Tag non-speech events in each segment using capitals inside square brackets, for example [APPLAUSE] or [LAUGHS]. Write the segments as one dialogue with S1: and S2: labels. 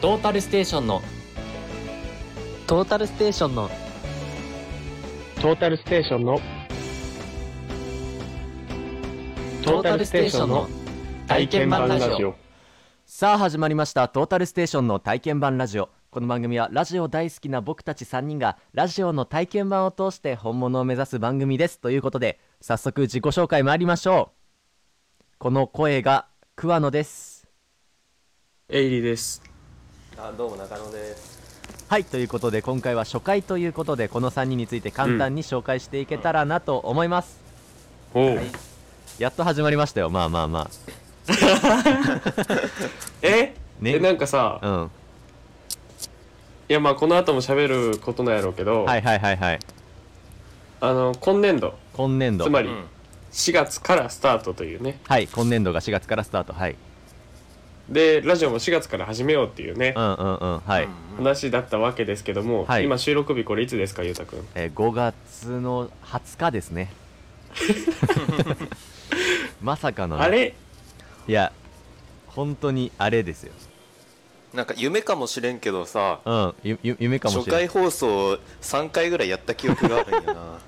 S1: トータルステーションの
S2: トータルステーションの
S3: トータルステーションの
S1: トータルステーションの体験版ラジオ
S2: さあ始まりましたトータルステーションの体験版ラジオこの番組はラジオ大好きな僕たち3人がラジオの体験版を通して本物を目指す番組ですということで早速自己紹介参りましょうこの声が桑野です
S4: エイリーです。
S2: はいということで今回は初回ということでこの3人について簡単に紹介していけたらなと思います、
S3: おう
S2: やっと始まりましたよまあまあま
S4: え、
S2: ね
S4: えなんかさ、
S2: あうん
S4: いやまあこの後も喋ることなんやろうけど、
S2: はいはいはいはい
S4: あの今年度
S2: 今年度
S4: つまり
S1: うん
S4: 4月からスタートというね
S2: はい今年度が4月からスタートはい
S4: でラジオも4月から始めようっていうね
S2: う、んうんうんはい、
S4: 話だったわけですけども、
S2: はい
S4: 今収録日これいつですかゆうたくん
S2: えー、5月の20日です
S4: [LAUGHS]
S2: ねまさかのね、
S4: あれ
S2: いや本当にあれですよ
S5: なんか夢かもしれんけどさ
S2: うんゆゆ夢かも
S5: 初
S2: しれな
S5: 回
S2: い
S5: 放送3回ぐらいやった記憶があるんや
S2: [LAUGHS]
S5: な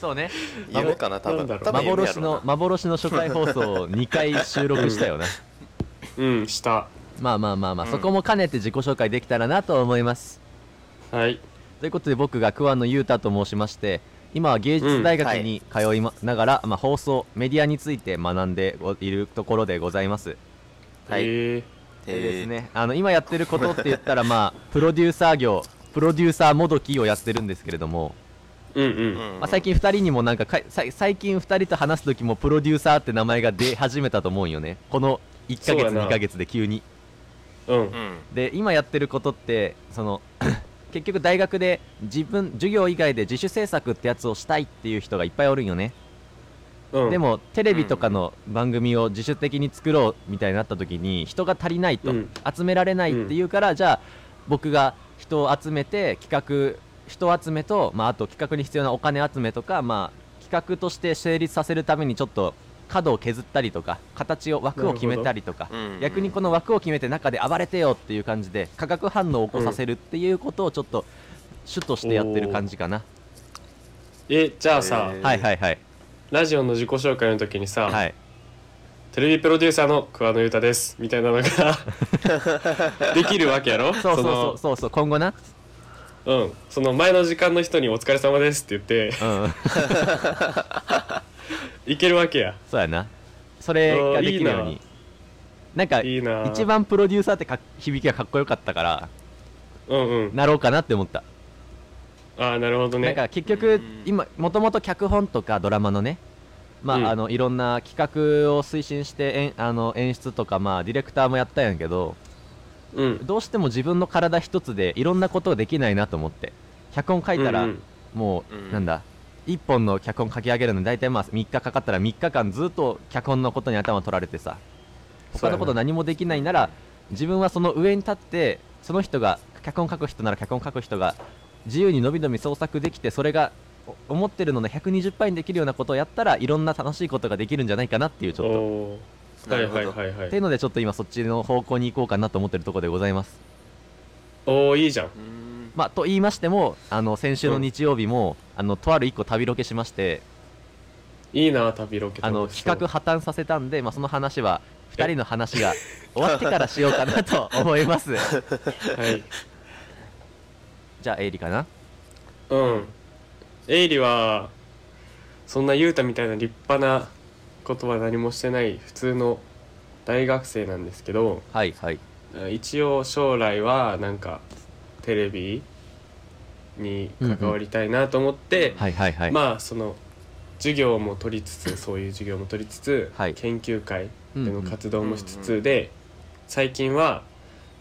S2: そうね
S5: 夢かな多
S4: なん
S5: 分
S4: だろう
S5: 多分夢や
S2: 幻
S5: ろ
S2: の
S5: な
S2: 幻の初回放送を2回収録したよな
S4: うんした
S2: まあまあまあまあ、
S5: うん
S2: そこも兼ねて自己紹介できたらなと思います
S4: はい
S2: ということで僕が桑野裕太と申しまして今は芸術大学に通いまながら、まあ、放送メディアについて学んでごいるところでございます
S5: はい
S4: えー
S2: でです
S5: え
S2: ね、あの今やってることって言ったらまあプロデューサー業プロデューサーもどきをやってるんですけれども、
S4: うん
S5: ー
S4: うん
S5: うん
S2: まあ、最近2人にもなんかかいさい最近2人と話す時もプロデューサーって名前が出始めたと思うんよねこの1ヶ
S4: そう
S2: 月
S4: やな
S2: 2ヶ月で急に
S4: うん
S5: うん
S2: で今やってることってその [COUGHS] 結局大学で自分授業以外で自主制作ってやつをしたいっていう人がいっぱいおるんよね、
S4: うん
S2: でもテレビとかの番組を自主的に作ろうみたいになった時に人が足りないと、
S4: うん
S2: 集められないっていうから、じゃあ僕が人を集めて企画人集めと、まあ、あと企画に必要なお金集めとか、まあ、企画として成立させるためにちょっと角を削ったりとか形を枠を決めたりとか
S5: うん
S2: 逆にこの枠を決めて中で暴れてよっていう感じで化学反応を起こさせるっていうことをちょっと主としてやってる感じかな、
S4: えじゃあさ、
S5: えー
S2: はいはいはい
S4: ラジオの自己紹介の時にさ、
S2: はい
S4: テレビプロデューサーの桑野裕太ですみた
S2: [LAUGHS]
S4: いなのができるわけやろ
S2: そうそうそうそうそう今後な
S4: そのうんその前の時間の人に「お疲れ様です」って言って
S2: うん
S4: いけるわけや
S2: そうやなそれができるよう
S4: あーいい
S2: になんか
S4: いいな
S2: 一番プロデューサーってか響きがかっこよかったから
S4: うんうん
S2: なろうかなって思った、
S4: ああなるほどね
S2: なんか結
S5: う
S2: 局
S5: ん
S2: 今もともと脚本とかドラマのねまあ,、
S4: うん
S2: あのいろんな企画を推進して演あの演出とか、まあ、ディレクターもやったんやけど
S4: うん
S2: どうしても自分の体一つでいろんなことができないなと思って脚本書いたら、
S4: うんうん
S2: もう、
S5: うん
S2: なんだ1本の脚本書き上げるのに大体まあ3日かかったら3日間ずっと脚本のことに頭取られてさ
S4: そ
S2: 他
S4: うや
S2: の
S4: な
S2: こと何もできないなら自分はその上に立ってその人が脚本書く人なら脚本書く人が自由にのびのび創作できてそれがお思ってるのの120倍にできるようなことをやったらいろんな楽しいことができるんじゃないかなっていうちょっと。
S4: おー
S5: な
S4: はい
S5: るほ
S4: はい
S5: ど
S4: はいは
S2: っていう
S4: い
S2: のでちょっと今そっちの方向に行こうかなと思ってるところでございます。
S4: おおいいじゃん
S5: うん
S2: まあ、と言いましてもあの先週の日曜日も、あのとある1個旅ロケしまして
S4: いいな旅ロケ
S2: あの
S4: 楽しそう
S2: 企画破綻させたんで、まあ、その話は2人の話
S4: [LAUGHS]
S2: が終わってからしようかなと思います
S4: はい
S2: じゃあエイリかな
S4: うんエイリはそんな雄太みたいな立派なことは何もしてない普通の大学生なんですけど
S2: はいはい
S4: 一応将来はなんかテレビに関わりたいなと思って、
S2: はいはいはい、
S4: まあその授業も取りつつそういう授業も取りつつ、
S2: はい
S4: 研究会で
S2: うんう
S4: の
S2: ん
S4: 活動もしつつで、最近は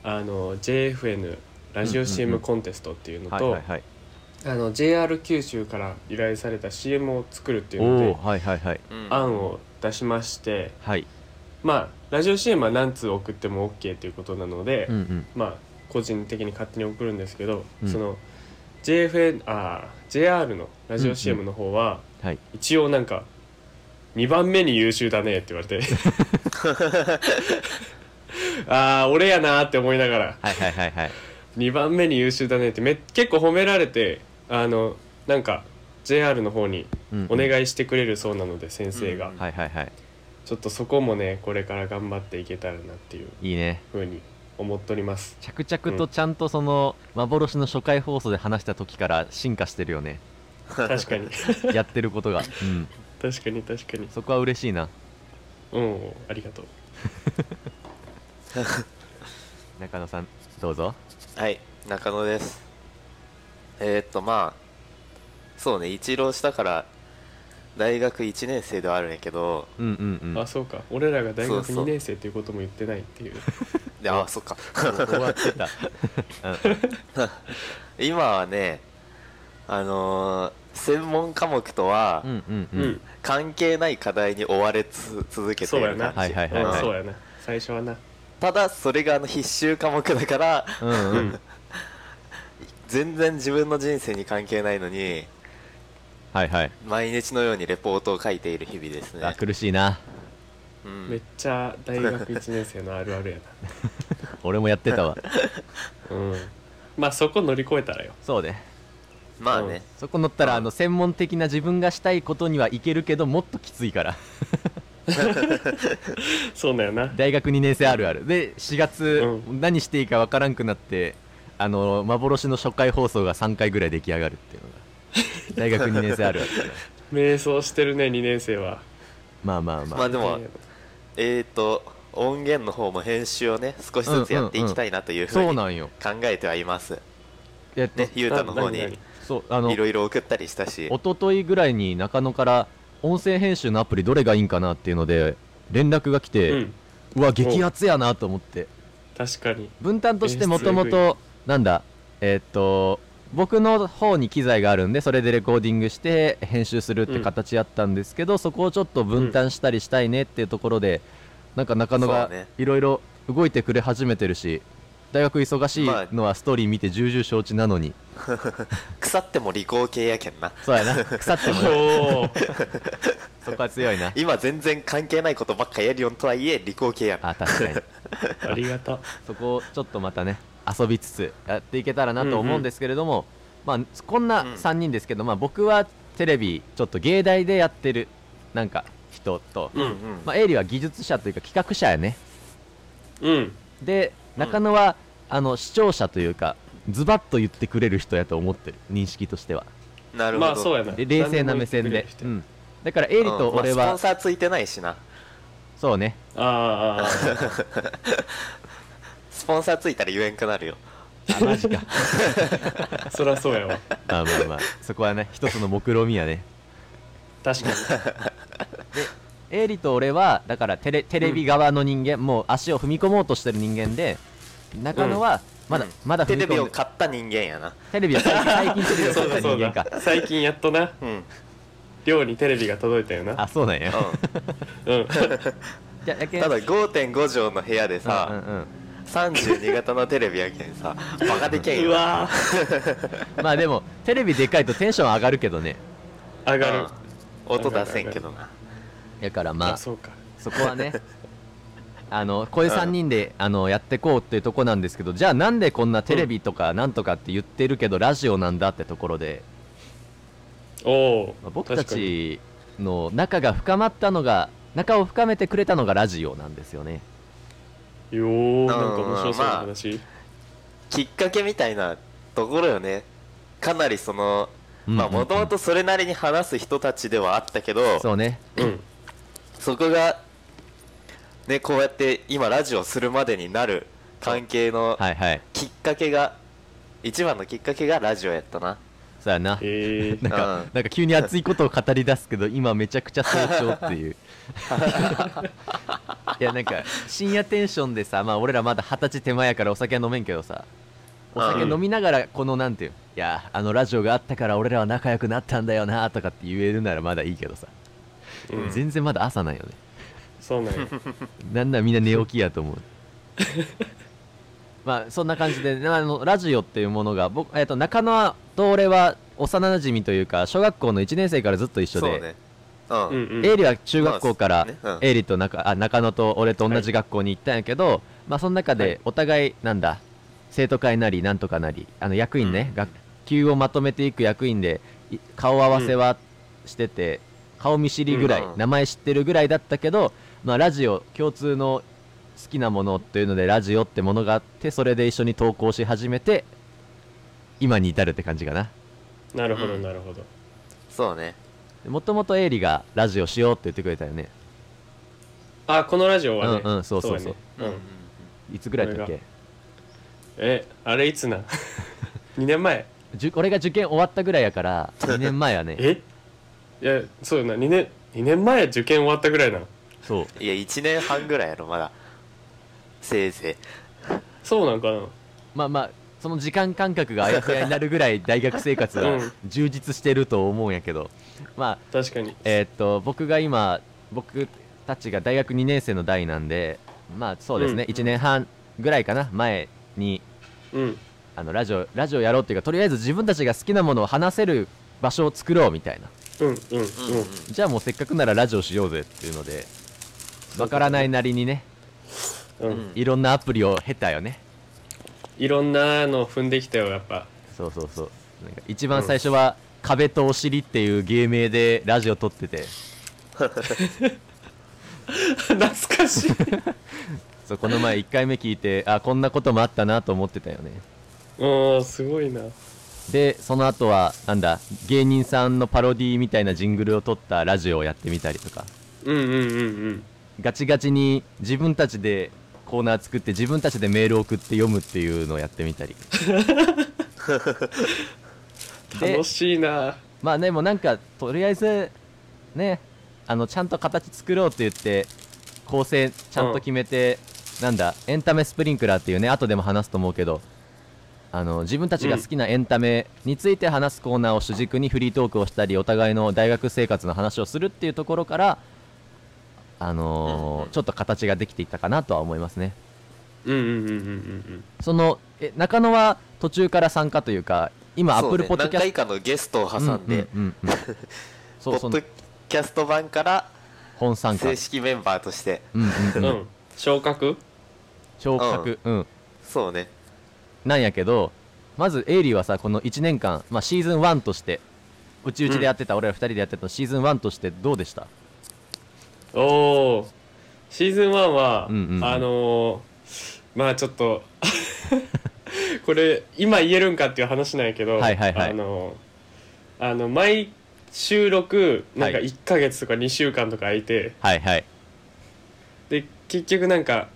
S4: あの JFN ラジオ
S2: うんうんう
S4: CM
S2: ん
S4: コンテストっていうのと、
S2: はいはいはい
S4: あの JR 九州から依頼された CM を作るっていう
S2: お
S4: の
S2: お
S4: で
S2: ーはいはいはい
S5: うん
S4: 案を出しまして
S2: はい
S4: まあラジオ CM は何通送っても OK ということなので、
S2: うんうん
S4: まあ個人的に勝手に送るんですけど、
S2: うん
S4: その JFN あー JR のラジオ CM の方は、
S2: はい
S4: 一応なんか2番目に優秀だねって言われてああ俺やなーって思いながら
S2: はいはいはいはい
S4: 2番目に優秀だねってめ結構褒められてあのなんか JR の方に
S2: うん
S4: お願いしてくれるそうなので、先生が、
S5: うん
S2: はいはいはい
S4: ちょっとそこもねこれから頑張っていけたらなっていう
S2: いいね
S4: ふうに思っており
S2: [LAUGHS]
S4: ます
S2: 着々とちゃんとその幻の初回放送で話した時から進化してるよね
S4: 確かに
S2: やってること
S4: [LAUGHS]
S2: が、うん、
S4: 確かに確かに
S2: そこは嬉しいな
S4: うんありがとう
S2: 中野さんどうぞ
S5: はい中野ですえー、っとまあそうね一浪したから大学1年生ではあるんやけど
S2: うんうんうん
S4: あそうか俺らが大
S5: そう
S4: 学
S5: そう
S4: 2年生ということも言ってないっていう
S5: であそっか
S2: [LAUGHS] 終わってた
S5: 今はねあのー専門科目と
S2: [LAUGHS]
S5: は
S2: うんうんう、
S4: うんん
S5: 関係ない課題に追われつ続けて
S4: そうや
S5: る
S4: な
S5: 感じ
S2: はいはいはい
S5: うん
S2: はい
S4: あそうやな最初はな
S5: ただそれがあの必修科目だから
S2: うん
S4: う
S2: うん
S4: ん
S5: 全然自分の人生に関係ないのに
S2: はいはい
S5: 毎日のようにレポートを書いている日々です
S2: あ
S5: ね、
S2: 苦しいな
S5: う
S4: めっ
S5: ん、
S4: ちゃ大学1年生のあるあるや
S2: 俺もやってたわ
S4: なうんまあそこ乗り越えたらよ
S2: そうね
S5: まあね、
S2: そこ乗ったらあの専門的な自分がしたいことにはいけるけどもっときついから
S4: そうだよな
S2: 大学2年生あるあるで4月、
S4: う
S2: 何していいかわからんくなってあの幻の初回放送が3回ぐらい出来上がるっていうのが大学2年生あるあるだね
S4: 瞑想してるね2年生は
S2: まあまあまあ、
S5: まあでもえーと音源の方も編集をね少しずつやっていきたいなというふう
S2: そ
S5: に
S2: う
S5: 考
S2: なんよ
S5: えてはいます
S2: えっと、
S5: ねゆうたの方に
S2: そうあの
S5: いろいろ送ったりしたし
S2: 一昨日ぐらいに中野から音声編集のアプリどれがいいんかなっていうので連絡が来て、
S4: う
S2: うんわ激アツやなと思って
S4: 確かに
S2: 分担としてもとも
S4: 演出え
S2: となんだえーっと僕の方に機材があるんでそれでレコーディングして編集するって形やったんですけど、そこをちょっと分担したりしたいねっていうところで、なんか中野
S5: そ
S2: が
S5: うね
S2: いろいろ動いてくれ始めてるし大学忙し
S5: まあ
S2: いのはストーリー見て重々承知なのに、
S5: 腐っても理工系やけんな
S2: そうやな腐っても
S5: [LAUGHS]
S2: ね
S4: おお
S2: そこは強いな
S5: 今全然関係ないことばっかやりよんとはいえ理工系やな
S2: あ確かに
S4: ありがとう
S2: そこをちょっとまたね遊びつつやっていけたらなと思うんですけれども、まあ、こんな
S5: うん
S2: 3人ですけど、まあ、僕はテレビちょっと芸大でやってるなんか人と、
S4: う
S5: うん
S4: ん
S5: うん
S2: まあ、エイリは技術者というか企画者やね
S4: うん
S2: で
S5: ん
S2: 中野は、あの視聴者というかズバッと言ってくれる人やと思ってる認識としては
S5: なるほど、
S4: まあそうやな
S2: で冷静な目線で、うん、だからエイリと俺
S5: うんまあ
S2: は、
S5: スポンサーついてないしな
S2: そうね
S4: ああーあ
S5: スポンサーついたら言えんくなるよ
S2: あマジか
S4: ーそりゃそうやわ
S2: まあまあまあそこはね一つの目論見みやね
S4: 確かに
S2: エイリと俺はだからテレテレビ側の人間、もう足を踏み込もうとしてる人間で中野はまだ、
S5: うん
S2: まだ踏
S5: テ
S2: み
S5: レビ
S2: 込ん
S5: を
S2: で
S5: 買った人間やな
S2: テレビを最近最近テレビを
S4: そ
S2: 撮
S4: う
S2: った
S4: だそ
S2: 人
S4: う
S2: 間か
S4: だ最近やっとな
S5: うん、うん、
S4: 寮にテレビが届いたよな
S2: あそうなんや
S4: うん
S2: じゃあやけん
S5: ただ5.5畳の部屋でさ、
S2: うんうん
S5: 32型のテレビやけんさバカでけん
S4: う
S5: よな
S4: わ
S2: うんまあでもテレビでかいとテンション上がるけどね
S4: ー上がる
S5: うん音出せんけどな
S2: だからま
S4: あ
S2: あそ
S4: そうか
S2: こはね [LAUGHS] あのこういう3人で、あのやってこうっていうとこなんですけどじゃあなんでこんなテレビとかなんとかって言ってるけど、ラジオなんだってところで
S4: おお
S2: まあ僕たちの仲が深まったのが仲を深めてくれたのがラジオなんですよね
S4: よーなんか面白そうな話
S5: きっかけみたいなところよねかなりそのまあ
S2: うんうんうん
S5: もともとそれなりに話す人たちではあったけど、
S2: そうね
S4: うん
S5: そこがねこうやって今ラジオするまでになる関係の
S2: はいはい
S5: きっかけが一番のきっかけがラジオやったな
S2: そうやな
S4: ええ
S2: [LAUGHS] なんか、
S5: うん
S2: なんか急に熱いことを語り出すけど今めちゃくちゃ成長っていういやなんか深夜テンションでさまあ俺らまだ二十歳手前やからお酒は飲めんけどさお酒
S5: うん
S2: 飲みながらこのなんていういやあのラジオがあったから俺らは仲良くなったんだよなとかって言えるならまだいいけどさ、
S4: うん
S2: 全然まだ朝なんよね
S4: そうなん
S2: [LAUGHS]
S4: や
S2: なんならみんな寝起きやと思う [LAUGHS] まあそんな感じであのラジオっていうものが僕、えっと中野と俺は幼なじみというか小学校の1年生からずっと一緒
S5: そう
S2: で、
S5: ねうん、
S4: うんうん
S2: エイリは中学校から
S5: まあねうん
S2: エイリと中あ中野と俺と同じ学校に行ったんやけど、まあ、その中
S4: は
S2: で
S4: い
S2: お互いなんだ、生徒会なりなんとかなりあの役員ね、
S5: うん
S2: 学級をまとめていく役員でい顔合わせはしてて、顔見知りぐらい、
S5: うん
S2: 名前知ってるぐらいだったけど、まあ、ラジオ共通の好きなものというのでラジオってものがあってそれで一緒に投稿し始めて今に至るって感じかな
S4: なるほど
S5: うん
S4: なるほど、
S5: そうね
S2: もともとエイリがラジオしようって言ってくれたよね
S4: あこのラジオはね、
S2: うんうんそうそうそう
S4: だねん
S2: いつぐらいだったっけ
S4: えあれいつな [LAUGHS] 2年前
S2: じゅ俺が受験終わったぐらいやから2年前やね
S4: えいやそうよな2年2年前受験終わったぐらいなの
S2: そう
S5: いや1年半ぐらいやろまだせいぜ
S4: そうなんかな
S2: まあまあその時間感覚があやふやになるぐらい大学生活
S4: う
S2: は
S4: ん
S2: 充実してると思うんやけどまあ
S4: 確かに
S2: えーっと僕が今僕たちが大学2年生の代なんでまあそうですね、
S4: うん
S2: 1年半ぐらいかな前に
S4: うん
S2: あのラジオラジオやろうっていうかとりあえず自分たちが好きなものを話せる場所を作ろうみたいな
S4: うんうんうん、
S5: いうんうん
S2: じゃあもうせっかくならラジオしようぜっていうのでわからないなりにね
S4: うん
S5: うん
S2: いろんなアプリを経たよね
S4: いろんなの踏んできたよやっぱ [LAUGHS]
S2: そうそうそうなんか一番最初は「壁とお尻」っていう芸名でラジオ撮ってて
S4: 懐かしい [LAUGHS]
S2: そうこの前1回目聞いてあこんなこともあったなと思ってたよね
S4: うんすごいな
S2: でその後はなんだ芸人さんのパロディみたいなジングルを撮ったラジオをやってみたりとか
S4: うんうんうん
S2: ガチガチに自分たちでコーナー作って自分たちでメール送って読むっていうのをやってみたり
S4: うん
S2: で
S4: 楽しいな
S2: まあでもなんかとりあえずねあのちゃんと形作ろうって言って構成ちゃんと決めて、なんだエンタメスプリンクラーっていうね後でも話すと思うけどあの自分たちが好きなエンタメについて話すコーナーを主軸にフリートークをしたりお互いの大学生活の話をするっていうところからあのー
S5: うんうん
S2: ちょっと形ができていったかなとは思いますね
S4: うんうんうんうんうん
S2: そのえ中野は途中から参加というか今アッ
S5: そう
S2: プ
S5: ね
S2: ルポッド
S5: 何
S2: キャス
S5: 回かのゲストを
S2: ト
S5: 挟んで、
S2: うんうんうんうんそうそ
S5: ポッ
S2: の
S5: ドキャスト版から
S2: 本参加
S5: 正式メンバーとして
S2: うんう
S4: うんん
S2: う
S4: うんん昇格
S2: 昇格、うん
S5: そうね
S2: なんやけどまずエイリーはさこの1年間、まあ、シーズン1としてうちうちでやってた、俺ら2人でやってたシーズン1としてどうでした
S4: おおシーズン1は、
S2: うんうんうん
S4: あのーまあちょっと [LAUGHS] これ今言えるんかっていう話なんやけど、
S2: はいはいはい
S4: あのーあの毎収録なんか
S2: はい
S4: 1ヶ月とか2週間とか空いて、
S2: はいはい
S4: で結局なんか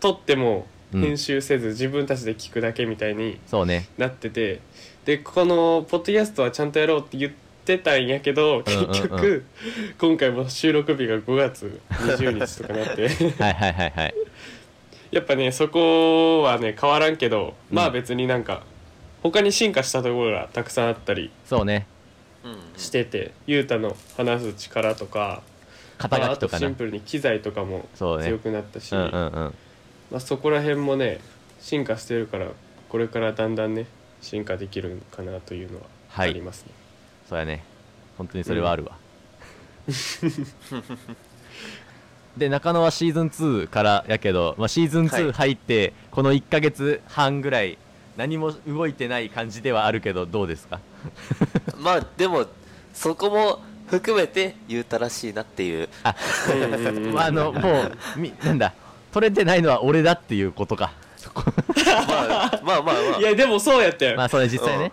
S4: 撮っても
S2: うん
S4: 編集せず自分たちで聞くだけみたいに
S2: そうね
S4: なってて、でこのポッドキャストはちゃんとやろうって言ってたんやけど
S2: うんうんうん
S4: 結局、今回も収録日が5月20日とかなって
S2: [LAUGHS] はいはいはいはい
S4: やっぱねそこはね変わらんけど、
S2: う
S4: まあ
S2: ん
S4: 別になんか他に進化したところがたくさんあったり
S2: そうね
S5: うんうん
S4: してて、ゆうたの話す力とか
S2: 肩書きと
S4: あ
S2: か
S4: とシ
S2: な
S4: ンプルに機材とかも
S2: そうね
S4: 強くなったし。
S2: うんうんうん
S4: まあ、そこら辺もね進化してるからこれからだんだんね進化できるかなというのは
S2: は
S4: あ
S2: い
S4: りますね、
S2: そうやね本当にそれはあるわ、で中野はシーズン2からやけど、まあ、シーズン
S5: は
S2: 2
S5: い
S2: 入って、この1ヶ月半ぐらい何も動いてない感じではあるけどどうですか
S5: まあでもそこも含めて言うたらしいなっ
S2: [LAUGHS]
S5: ていう
S4: うんうんうん
S2: まああのもうみなんだ取れてないのは俺だっていうこと
S4: [LAUGHS]
S2: かそこ
S5: まあまあまあまあ
S4: いやでもそうやったよ、
S2: まあそれ実際ね、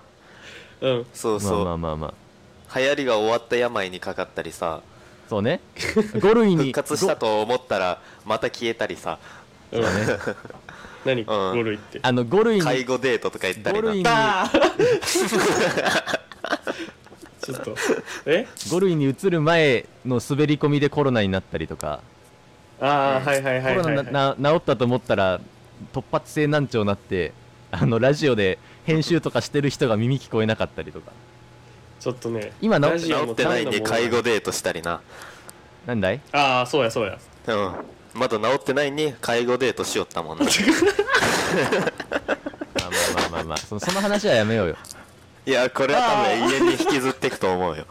S4: うん
S5: そう
S2: まあ
S5: そう、
S2: まあまあまあ
S5: 流行りが終わった病にかかったりさ
S2: そうね5類に
S5: 復活した
S2: ご
S5: と思ったらまた消えたりさ
S4: うん何
S5: うん
S4: 五類って
S2: あの5類に
S5: 介護デートとか言ったり
S2: 5
S5: な
S2: 類に
S4: あー [LAUGHS] ちょっとえ
S2: 5類に移る前の滑り込みでコロナになったりとか
S4: ああ、はいはいはい
S2: コ
S4: はい、
S2: ロナ
S4: はい、
S2: なな治ったと思ったら突発性難聴になってあのラジオで編集とかしてる人が耳聞こえなかったりとか
S4: ちょっとね
S2: 今治っ
S4: ラジオ
S5: 治
S4: も
S5: ってないんで
S4: ただの
S5: 介
S4: もの
S5: 護デートしたりな
S2: なんだい
S4: ああそうやそうや
S5: うんまだ治ってないに介護デートしよったもんな
S2: まあまあまあまあまあそのその話はやめようよ
S5: いやこれは多分永遠に引きずっていくと
S4: [LAUGHS]
S5: 思うよ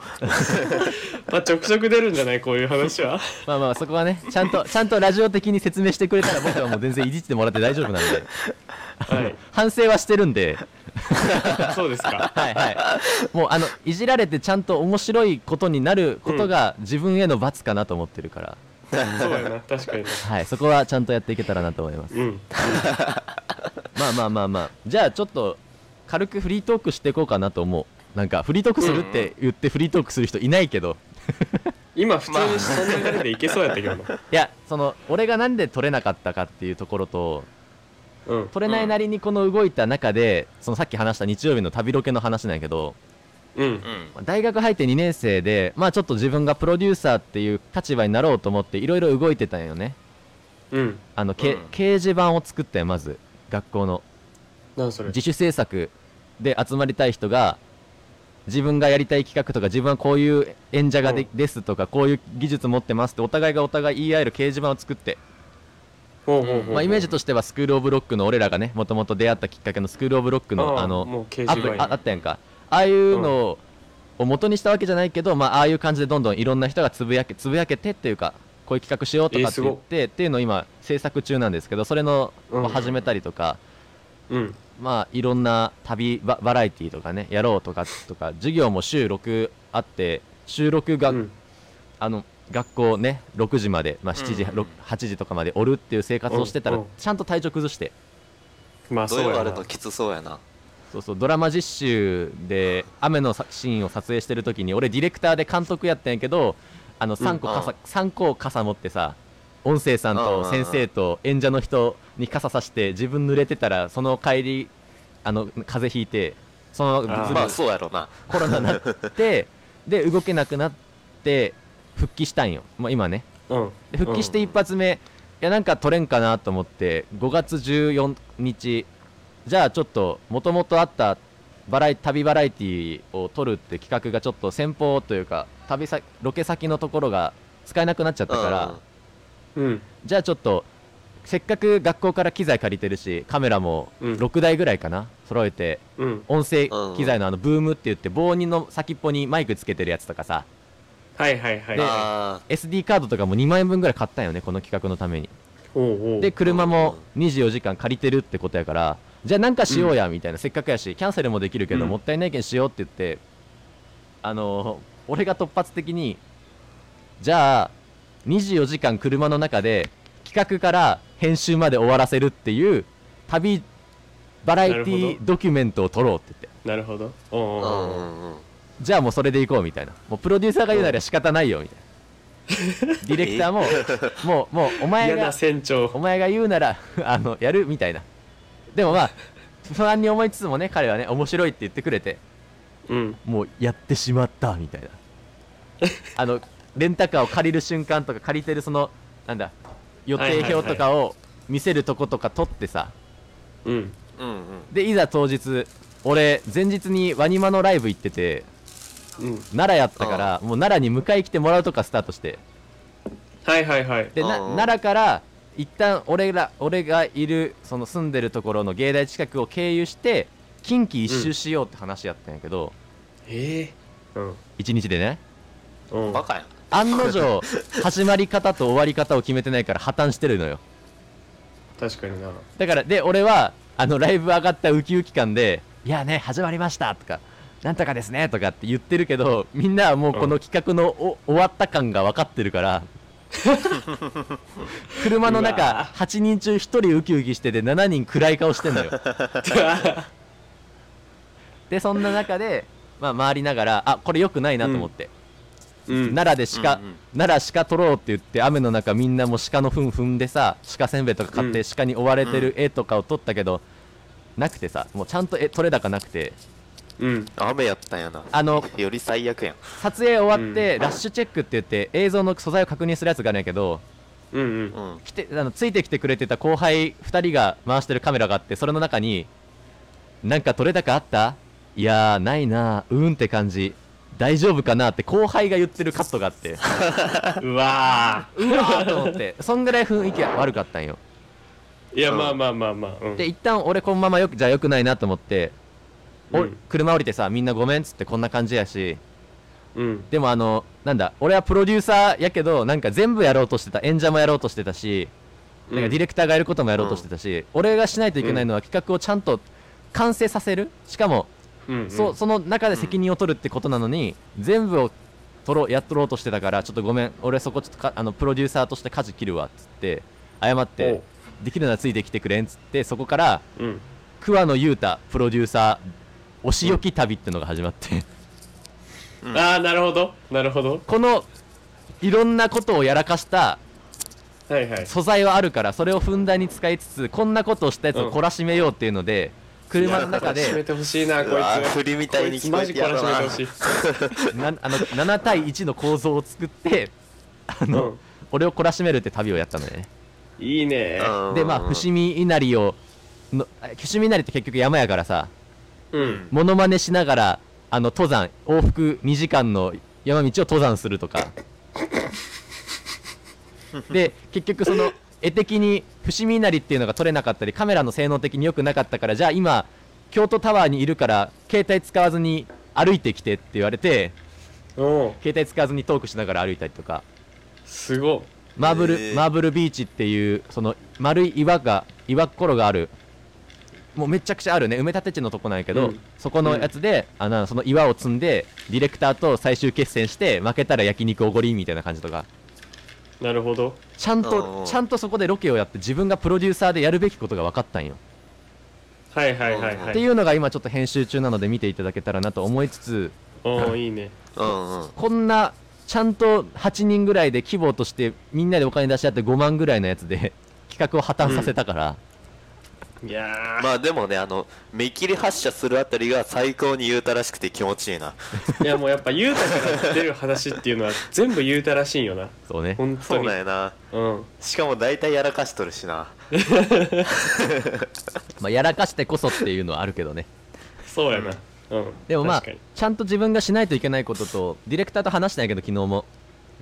S4: まあちょくちょく出るんじゃないこういう
S2: [LAUGHS]
S4: 話は
S2: まあまあそこはねちゃんとちゃんとラジオ的に説明してくれたら僕はもう全然いじってもらって大丈夫なんで、
S4: はい
S2: 反省はしてるんで
S4: そうですか
S2: はいはいもうあのいじられてちゃんと面白いことになることが自分への罰かなと思ってるから、
S4: そうやな確かにな
S2: はいそこはちゃんとやっていけたらなと思います
S4: うん
S2: まあまあまあまあじゃあちょっと軽くフリートークしていこうかなと思うなんかフリートークするって言ってフリートークする人いないけど、
S4: 今普通にそんな流れでいけそうやったけどない
S2: やその俺がなんで取れなかったかっていうところと
S4: うん
S2: 取れないなりにこの動いた中で、そのさっき話した日曜日の旅ロケの話なんやけど
S4: うん
S5: うん
S2: 大学入って2年生でまあちょっと自分がプロデューサーっていう立場になろうと思っていろいろ動いてたんよね
S4: うん
S2: あの、け
S5: うん
S2: 掲示板を作ってまず学校の
S4: 何それ
S2: 自主制作で集まりたい人が自分がやりたい企画とか自分はこういう演者がで,、
S4: うん
S2: ですとかこういう技術持ってますってお互いがお互い言い合える掲示板を作って、
S4: ほうほうほうほう
S2: まあ、イメージとしてはスクール・オブ・ロックの俺らがねもともと出会ったきっかけのスクール・オブ・ロックのあの
S4: もう掲
S2: あ
S4: 示板
S2: あ
S4: や
S2: あったやんかああいうのを元にしたわけじゃないけど、まあ、ああいう感じでどんどんいろんな人がつぶやけつぶやけてっていうかこういう企画しようとかって言って、っていうのを今制作中なんですけどそれの
S4: うん
S2: を始めたりとか、
S4: うん
S2: まあいろんな旅ババラエティとかねやろうとかとか授業も週6あって週6が、
S4: うん
S2: あの学校ね6時まで、まあ、7時、
S5: うん
S2: ろく8時とかまでおるっていう生活をしてたら、
S4: うんうん
S2: ちゃんと体調崩して
S4: まあ
S5: 土
S4: そう
S5: 曜
S4: や
S5: あ
S4: な
S5: るときつそうやな
S2: そうそうドラマ実習で雨のさシーンを撮影してる時に俺ディレクターで監督やったんやけどあの3個傘、
S5: うん
S2: 三個傘持ってさ音声さんと先生と演者の人に傘さして自分濡れてたらその帰りあの風邪ひいてそのまま
S4: あ
S2: ず
S4: ー
S2: る
S5: まあそうやろな
S2: コロナになってで動けなくなって復帰したんよ、まあ、今ね
S4: うん
S2: で復帰して一発目、いやなんか取れんかなと思って5月14日じゃあちょっともともとあったバラエ旅バラエティを撮るって企画がちょっと先方というか旅先ロケ先のところが使えなくなっちゃったから、
S4: うん
S2: じゃあちょっとせっかく学校から機材借りてるしカメラも
S4: うん
S2: 6台ぐらいかな、揃えて
S4: うん
S2: 音声機材のあのブームって言って棒にの先っぽにマイクつけてるやつとかさ
S4: はいはいはい
S5: うん、
S4: は
S5: あ
S2: SD カードとかも2万円分ぐらい買ったんよねこの企画のために
S4: いおうおう
S2: で車も24時間借りてるってことやからじゃあなんかしようやみたいな、せっかくやしキャンセルもできるけど、
S4: うん
S2: もったいないけんしようって言ってあのー俺が突発的にじゃあ24時間車の中で企画から編集まで終わらせるっていう旅バラエテ
S4: なる
S2: ィ
S4: ほ
S2: ドキュメントを撮ろうって言って
S4: なるほどおう
S5: う
S4: おうお
S5: ん
S4: う
S5: うんうん
S2: じゃあもうそれでいこうみたいなもうプロデューサーが言うなら仕方ないよみたい
S4: [LAUGHS]
S2: なディレクターももうもうお前
S4: 嫌
S2: が
S4: な船長
S2: お前が言うなら [LAUGHS] あのやるみたいなでもまあ不安に思いつつもね彼はね面白いって言ってくれて
S4: うん
S2: もうやってしまったみたいなあのレンタカーを借りる瞬間とか借りてるそのなんだ予定表とかを見せるとことか撮ってさ
S4: うん
S5: うんうん
S2: でいざ当日俺前日にワニマのライブ行ってて
S4: うん
S2: 奈良やったからもう奈良に迎え来てもらうとかスタートして
S4: はいはいはい
S2: でな
S5: うんうん
S2: 奈良から一旦俺ら俺がいるその住んでるところの芸大近くを経由して近畿一周しようって話やったんやけど、
S4: ええうん
S2: 一日でね
S4: うん
S5: バカやん
S2: 案の定始まり方と終わり方を決めてないから破綻してるのよ
S4: 確かにな
S2: だからで俺はあのライブ上がったウキウキ感で「いやね始まりました」とか「なんとかですね」とかって言ってるけどみんなはもうこの企画のお終わった感が分かってるから車の
S4: う
S2: 中
S4: わ
S2: 8人中1人ウキウキしてて7人暗い顔してんのよでそんな中で、まあ、回りながらあこれ良くないなと思って、
S4: うん
S2: 奈良で鹿、
S5: うんうん
S2: 奈良鹿取ろうって言って雨の中みんなもう鹿の糞踏んでさ鹿せんべいとか買っ
S4: う
S2: て
S4: ん
S2: 鹿に追われてる絵とかを撮ったけど、なくてさもうちゃんと絵撮れ高なくて
S4: うん
S5: 雨やったんやな
S2: あの
S5: より最悪やん
S2: 撮影終わって、
S4: うん
S2: ラッシュチェックって言って映像の素材を確認するやつがあるんやけど
S4: うんうん
S5: うん
S2: 来てあのついてきてくれてた後輩2人が回してるカメラがあってそれの中に「なんか撮れ高あったいやーないなーうーんって感じ大丈夫かな?」って後輩が言ってるカットがあって。
S4: うわ
S2: うわー [LAUGHS] と思ってそんぐらい雰囲気は悪かったんよ
S4: ーいやまあまあまあまあうん
S2: で一旦俺このままよくじゃあよくないなと思ってお
S4: うん
S2: 車降りてさみんなごめんっつってこんな感じやし
S4: うん
S2: でもあのなんだ俺はプロデューサーやけどなんか全部やろうとしてた演者もやろうとしてたしなんかディレクターがやることもやろうとしてたし、俺がしないといけないのは企画をちゃんと完成させるしかも、
S4: うんうん
S2: そその中で責任を取るってことなのに、全部を取ろうやっとろうとしてたからちょっとごめん俺そこちょっとかあのプロデューサーとして舵切るわっつって謝ってできるならついてきてくれんっつってそこから
S4: おうん
S2: 桑野裕太プロデューサーお仕置き旅ってのが始まって、
S5: うん
S4: ああなるほどなるほど
S2: このいろんなことをやらかした
S4: はいはい
S2: 素材はあるからそれをふんだんに使いつつこんなことをしたやつを懲らしめようっていうので、車の中
S4: 締め
S2: で
S4: てほしいなこ
S5: うわ
S4: いつ
S5: 振りみたいに聞こえてやろうな
S4: こいつマジ懲らしめてほし
S2: な [LAUGHS] あの7対1の構造を作ってあ
S4: い、う
S2: の、
S4: ん
S2: 俺を懲らしめるって旅をやったのね、
S4: いいね
S5: うん
S2: でまあ伏見稲荷をのあ伏見稲荷って結局山やからさ
S4: うん
S2: モノマネしながらあの登山往復2時間の山道を登山するとかで結局その絵的に伏見稲荷っていうのが撮れなかったりカメラの性能的に良くなかったからじゃあ今京都タワーにいるから携帯使わずに歩いてきてって言われて
S4: おう
S2: 携帯使わずにトークしながら歩いたりとか
S4: すごっ
S2: マーブル、
S5: へー
S2: マーブルビーチっていうその丸い岩が岩っころがあるもうめちゃくちゃあるね埋め立て地のとこなんやけど、
S4: うん
S2: そこのやつで、あのその岩を積んでディレクターと最終決戦して負けたら焼肉おごりみたいな感じとか
S4: なるほど
S2: ちゃん
S5: お
S2: と
S5: ー
S2: ちゃんとそこでロケをやって自分がプロデューサーでやるべきことが分かったんよ、
S4: はいはいはい
S5: は
S4: は
S2: っ
S4: い
S2: ていうのが今ちょっと編集中なので見ていただけたらなと思いつつ
S4: おおいいね
S5: うんうん
S2: こんなちゃんと8人ぐらいで規模としてみんなでお金出し合って5万ぐらいのやつで企画を破綻させたから、
S4: いやー
S5: まあでもねあの見切り発車するあたりが最高に言うたらしくて気持ちいいない
S4: やもうやっぱ雄太から出る話っていうのは全部雄太らしいんよな
S2: そうね
S4: 本当
S5: そう
S4: に
S5: なんやな
S4: うん
S5: しかも大体やらかしとるしな
S2: まあ、やらかしてこそっていうのはあるけど
S4: [LAUGHS]
S2: ね
S4: そうやなうん
S2: でもまあ
S4: 確かに
S2: ちゃんと自分がしないといけないこととディレクターと話したんやけど昨日も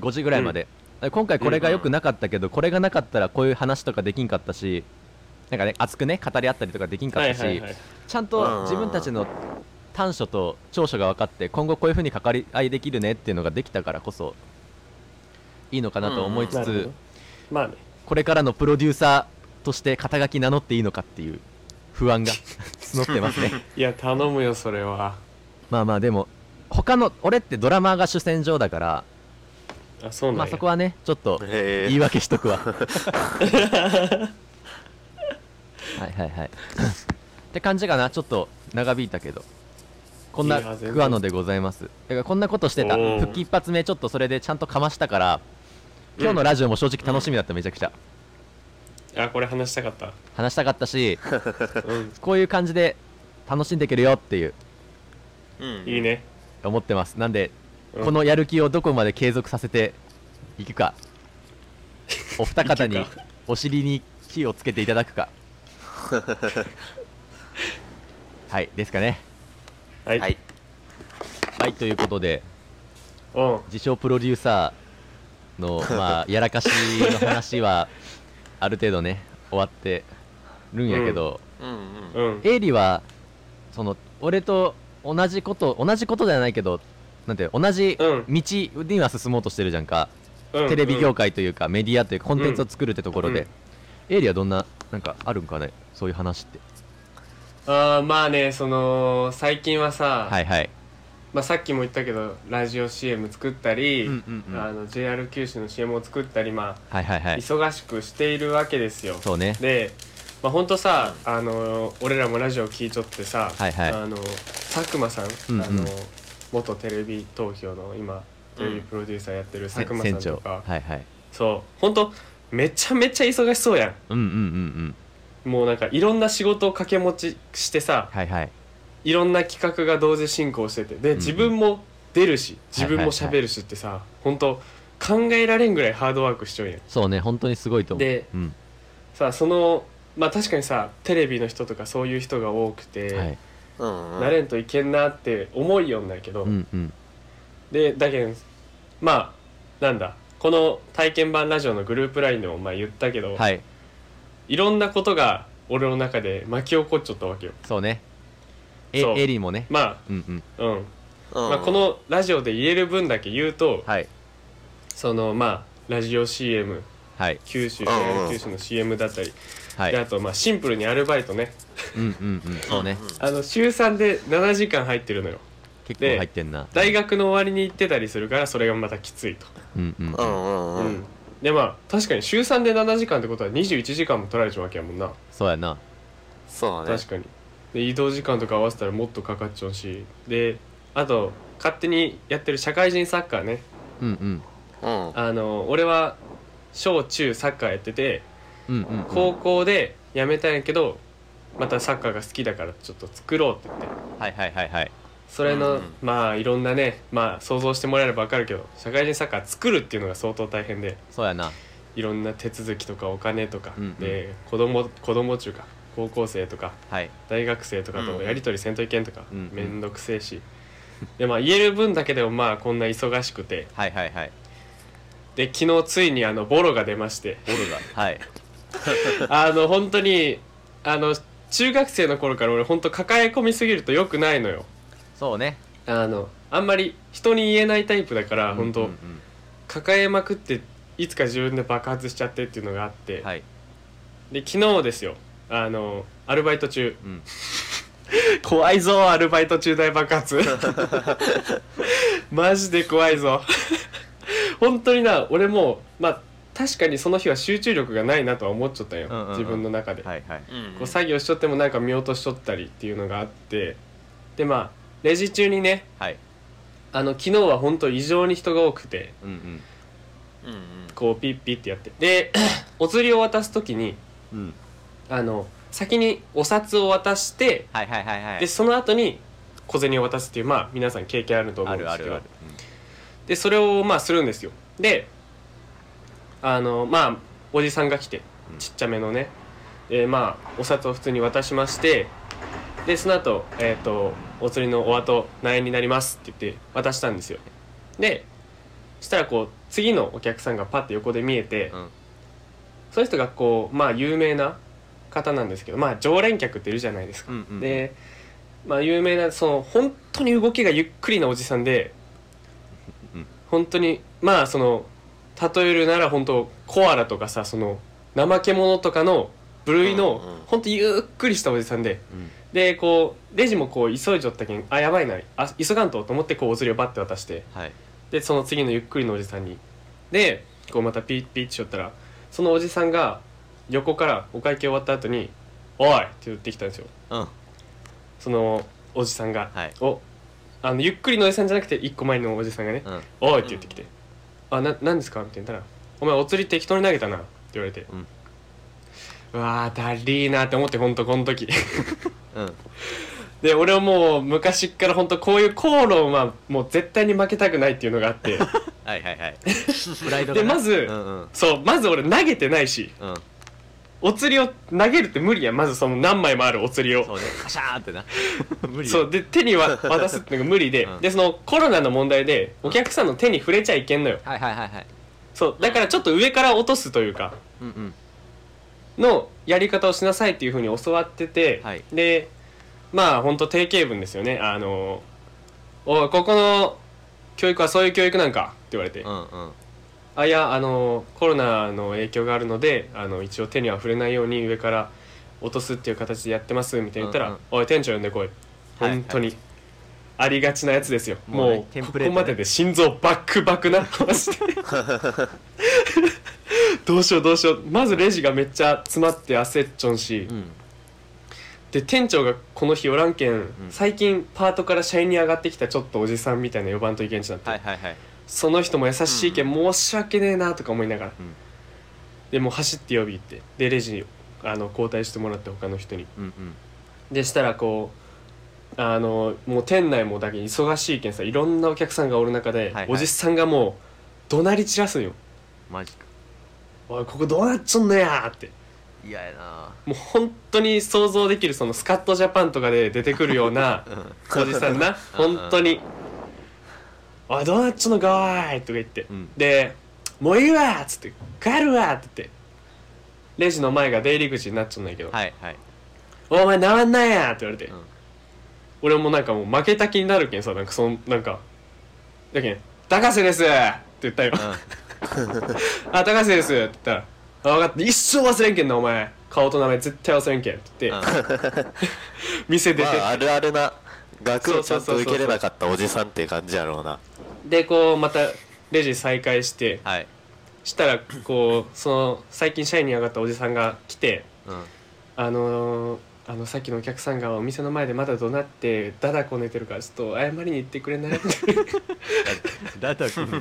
S2: 5時ぐらいまで、今回これが良くなかったけど、これがなかったらこういう話とかできんかったしなんかね熱くね語り合ったりとかできんかっ
S4: はい
S2: たし、
S4: はいはい
S2: ちゃん
S5: うんうんう
S2: と
S5: ん
S2: 自分たちの短所と長所が分かって今後こういう風に関わり合いできるねっていうのができたからこそいいのかなと思いつ
S4: な
S2: つ、
S4: るほどまあね
S2: これからのプロデューサーとして肩書き名乗っていいのかっていう不安が [LAUGHS] 募ってますね
S4: いや頼むよそれは
S2: まあまあでも他の俺ってドラマーが主戦場だから
S4: あそうなんや
S2: まあそこはねちょっと
S5: へえ
S2: 言い訳しと
S4: [LAUGHS]
S2: くわはいはいはいって感じかなちょっと長引いたけどこんない
S4: や全然
S2: 桑野でございますだからこんなことしてた
S4: おー
S2: 復帰一発目ちょっとそれでちゃんとかましたから今日のラジオも正直楽しみだっためちゃくちゃ
S4: あこれ話したかった
S2: 話したかったし
S4: うん
S2: こういう感じで楽しんでいけるよっていう
S5: うん
S4: いいね
S2: 思ってますなんで、
S4: うん
S2: このやる気をどこまで継続させていく
S4: [LAUGHS]
S2: かお二方に
S4: いく
S2: お尻に火をつけていただく
S4: [LAUGHS]
S2: かはいですかね
S4: はい、
S5: はい
S2: はいということで
S4: うん
S2: 自称プロデューサー
S4: [LAUGHS]
S2: の、まあ、やらかしの話はある程度ね終わってるんやけど、
S5: うんうん
S4: うん
S2: エイリはその俺と同じこと同じことではないけどなんて同じ
S4: う
S2: 道
S4: ん
S2: には進もうとしてるじゃんか、
S4: うん
S2: テレビ業界というかメディアというかコンテンツを作るってところで、
S4: うん
S2: エイリはどんななんかあるんかねそういう話って
S4: あーまあねその最近はさ、
S2: はいはい
S4: まあ、さっきも言ったけどラジオ CM 作ったり、
S2: うんうんうん
S4: あの JR 九州の CM を作ったりま
S2: はいはい
S4: あ
S2: はい
S4: 忙しくしているわけですよ、
S2: そうね
S4: で、まあ、ほんとさあの俺らもラジオ聞いちょってさ、
S2: はいはい
S4: あの佐久間さん、
S2: うんうん
S4: あの元テレビ東京の今テレビプロデューサーやってる佐久間さ
S2: 船
S4: んと
S2: 長
S4: か、
S2: はいはい
S4: そうほんとめちゃめちゃ忙しそうや
S2: うんうんうんうん
S4: んもうなんかいろんな仕事を掛け持ちしてさ
S2: はいはい
S4: いろんな企画が同時進行しててで
S2: ん
S4: 自分も出るし自分も
S2: はいはい
S4: 喋るしってさ、本当考えられんぐらいハードワークしちゃうやん
S2: そうね本当にすごいと思う
S4: で
S2: うん
S4: さあそのまあ確かにさテレビの人とかそういう人が多くて、
S2: はい
S5: うんうん
S4: なれんといけんなって思いよんだけど、
S2: うんうん
S4: でだけんまあなんだこの体験版ラジオのグループラインでもまあ言ったけど、い、
S2: はい
S4: ろんなことが俺の中で巻き起こっちゃったわけよ
S2: そうねえ
S4: そう
S2: エリーもね、
S4: ま
S2: うんうん
S4: あうん、
S5: うん
S4: まあ、このラジオで言える分だけ言うと、
S2: はい
S4: そのまあラジオ CM
S2: はい
S4: 九州
S5: うんうん
S4: 九州の CM だったり、
S2: はい
S4: であとまあシンプルにアルバイトね
S2: うんうんうんそうね
S4: あの週3で7時間入ってるのよ
S2: 結構入ってんな
S4: 大学の終わりに行ってたりするからそれがまたきついと、
S2: うんうんうん
S5: うんうんうん、うん、
S4: でまあ確かに週3で7時間ってことは21時間も取られちゃうわけやもんな
S2: そうやな
S5: そうね
S4: 確かにで移動時間とか合わせたらもっとかかっちゃうしであと勝手にやってる社会人サッカーね
S2: うんうん
S5: うん
S4: あの俺は小中サッカーやってて
S2: うんうんうん
S4: 高校で辞めたんやけどまたサッカーが好きだからちょっと作ろうって言って
S2: はいはいはいはい
S4: それの、
S5: うん
S4: まあいろんなねまあ想像してもらえれば分かるけど社会人サッカー作るっていうのが相当大変で
S2: そうやない
S4: ろんな手続きとかお金とか、
S2: うんうん
S4: で子供子供中か高校生とか
S2: はい
S4: 大学生とか
S5: うんう
S4: と
S5: ん
S4: やり取りせんといけんとか
S2: うんうん
S4: めんどくせえし、でまあ言える分だけでもまあこんな忙しくて
S2: はいはいはい
S4: で昨日ついにあのボロが出まして
S2: [LAUGHS] ボルがはい
S4: あの本当にあの中学生の頃から俺本当抱え込みすぎると良くないのよ
S2: そうね
S4: あのあんまり人に言えないタイプだから本当、
S2: うんうん
S4: 抱えまくっていつか自分で爆発しちゃってっていうのがあっ
S2: う
S4: て、
S2: んはい
S4: で昨日ですよあのアルバイト中、
S2: うん
S4: 怖いぞアルバイト中大
S2: [LAUGHS]
S4: 爆発マジで怖いぞ本当にな俺もうまあ確かにその日は集中力がないなとは思っちゃったんよ、
S2: うんうんうん
S4: 自分の中で、
S2: はいはい
S5: うん
S4: こう作業しとってもなんか見落としとったりっていうのがあってでまあレジ中にね
S2: はい
S4: あの昨日は本当異常に人が多くて
S2: うんうん
S5: うん
S4: こうピッピッってやってでお釣りを渡す時に
S2: うん
S4: あの先にお札を渡して
S2: はいはいはいはい
S4: でその後に小銭を渡すっていうまあ皆さん経験あると思う
S2: あ
S4: んで
S2: る
S4: す
S2: あ
S4: けど
S2: るある
S4: でそれをまあするんですよであのまあおじさんが来てちっちゃめのね、でまあお札を普通に渡しましてでその後、えっとお釣りのお後何円になりますって言って渡したんですよでそしたらこう次のお客さんがパッて横で見えて、
S2: うん
S4: その人がこうまあ有名な方なんですけどまあ常連客っているじゃないですか、
S2: うんうん
S4: でまあ有名なその本当に動きがゆっくりなおじさんで
S2: うん
S4: 本当にまあその例えるなら本当コアラとかさその怠け者とかの部類の
S5: うんうん
S4: 本当ゆっくりしたおじさんで
S2: うん
S4: でこうレジもこう急いじょったけんあやばいなあ急がんとと思ってこうお釣りをバッて渡して
S2: はい
S4: でその次のゆっくりのおじさんにでこうまたピッピッてしよったらそのおじさんが横からお会計終わった後に「おい!」って言ってきたんですよ
S2: うんは
S4: そのおじさんが、
S2: はい
S4: おあのゆっくりのおじさんじゃなくて一個前のおじさんがね「
S2: うん
S4: おい!」って言ってきて「あな何ですか?」って言ったら「お前お釣り適当に投げたな」って言われて、
S2: うん
S4: うわーだりーなって思ってほんとこの時
S2: うん
S4: [LAUGHS] で俺はもう昔っからほんとこういう口論はもう絶対に負けたくないっていうのがあって
S2: [LAUGHS] はいはい
S4: [LAUGHS]
S2: はいプライド
S4: で
S2: がな
S4: まず
S2: うんうん
S4: そうまず俺投げてないし
S2: うん
S4: お釣りを投げるって無理やんまずその何枚もあるお釣りを
S2: そうねカシャーンって
S4: [LAUGHS]
S2: な無理よ
S4: そうで手に
S2: [LAUGHS]
S4: は渡すっていうのが無理で、
S2: うん
S4: でそのコロナの問題でお客さんの手に触れちゃいけんのよ
S2: はいはいはいはい
S4: そうだからちょっと上から落とすというか
S2: うんうん
S4: のやり方をしなさいっていうふうに教わってて、
S2: はい
S4: でまあ本当定型文ですよねあの「おいここの教育はそういう教育なんか」って言われて「
S2: うんうん
S4: あいやあのコロナの影響があるのであの一応手には触れないように上から落とすっていう形でやってます」みたいに言ったら
S2: う
S4: 「
S2: んうん
S4: おい店長呼んでこい」
S2: はい
S4: 本当に。ありがちなやつですよ
S2: もうね
S4: もう
S2: テン
S4: こ
S2: プレー
S4: こ
S2: トね
S4: までで心臓バックバクな話でどうしようどうしようまずレジがめっちゃ詰まって焦っちょんし、
S2: うん
S4: で店長がこの日おらんけん、
S2: ん
S4: 最近パートから社員に上がってきたちょっとおじさんみたいな呼ばんといけんちなって、
S2: はいはいはい
S4: その人も優しいけん申し訳ねえなとか思いながら、
S2: うん
S4: でもう走って呼び行ってでレジにあの交代してもらって他の人に
S2: うんうん
S4: でしたらこうあのもう店内もだけ忙しいけんさいろんなお客さんがおる中で、
S2: いはい
S4: おじさんがもう怒鳴り散らすんよ
S2: マジか
S4: 「おいここどうなっちゃんのや!」って
S2: 嫌やな
S4: もう本当に想像できるそのスカットジャパンとかで出てくるよ
S2: [LAUGHS]
S4: うなおじさんな本当に「おいどうなっちゃうのかい!」とか言って、
S2: うん
S4: で「もういいわ!」っつって「帰るわ!」って言ってレジの前が出入り口になっちゃうんだけど「
S2: はいはい
S4: お前なまんないや!」って言われて「
S2: うん
S4: 俺もなんかもう負けた気になるけんさなんかそのなんかだけん「高瀬です!」って言ったよ「 [LAUGHS] あ高瀬です」って言ったら「あ分かった一生忘れんけんなお前顔と名前絶対忘れんけん」って言って [LAUGHS] 店出
S5: ま
S4: て
S5: あ、あるあるな学をちゃんと受けれなかったおじさんって感じやろうな
S4: でこうまたレジ再開して
S5: はい、
S4: したらこうその最近社員に上がったおじさんが来て
S5: うん、
S4: あのーあのさっきのお客さんがお店の前でまだ怒鳴ってだだこねてるからちょっと謝りに行ってくれないって [LAUGHS]
S2: だと君は